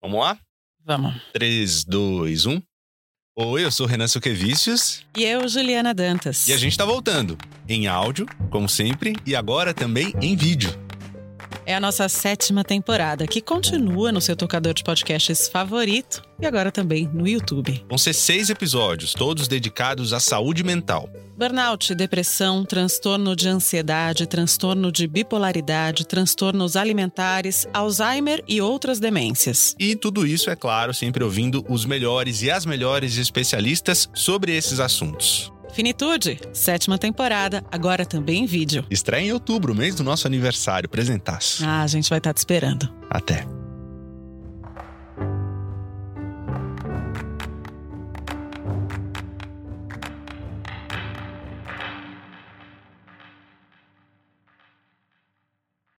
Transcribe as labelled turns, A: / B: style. A: Vamos lá?
B: Vamos.
A: 3, 2, 1. Oi, eu sou o Renan Silquevícios
B: E eu, Juliana Dantas.
A: e a gente tá voltando. Em áudio, como sempre, e agora também em vídeo.
B: É a nossa sétima temporada, que continua no seu tocador de podcasts favorito e agora também no YouTube.
A: Vão ser seis episódios, todos dedicados à saúde mental.
B: Burnout, depressão, transtorno de ansiedade, transtorno de bipolaridade, transtornos alimentares, Alzheimer e outras demências.
A: E tudo isso, é claro, sempre ouvindo os melhores e as melhores especialistas sobre esses assuntos.
B: Finitude, sétima temporada, agora também em vídeo.
A: Estreia em outubro, mês do nosso aniversário. Presentaço.
B: Ah, a gente vai estar te tá esperando.
A: Até.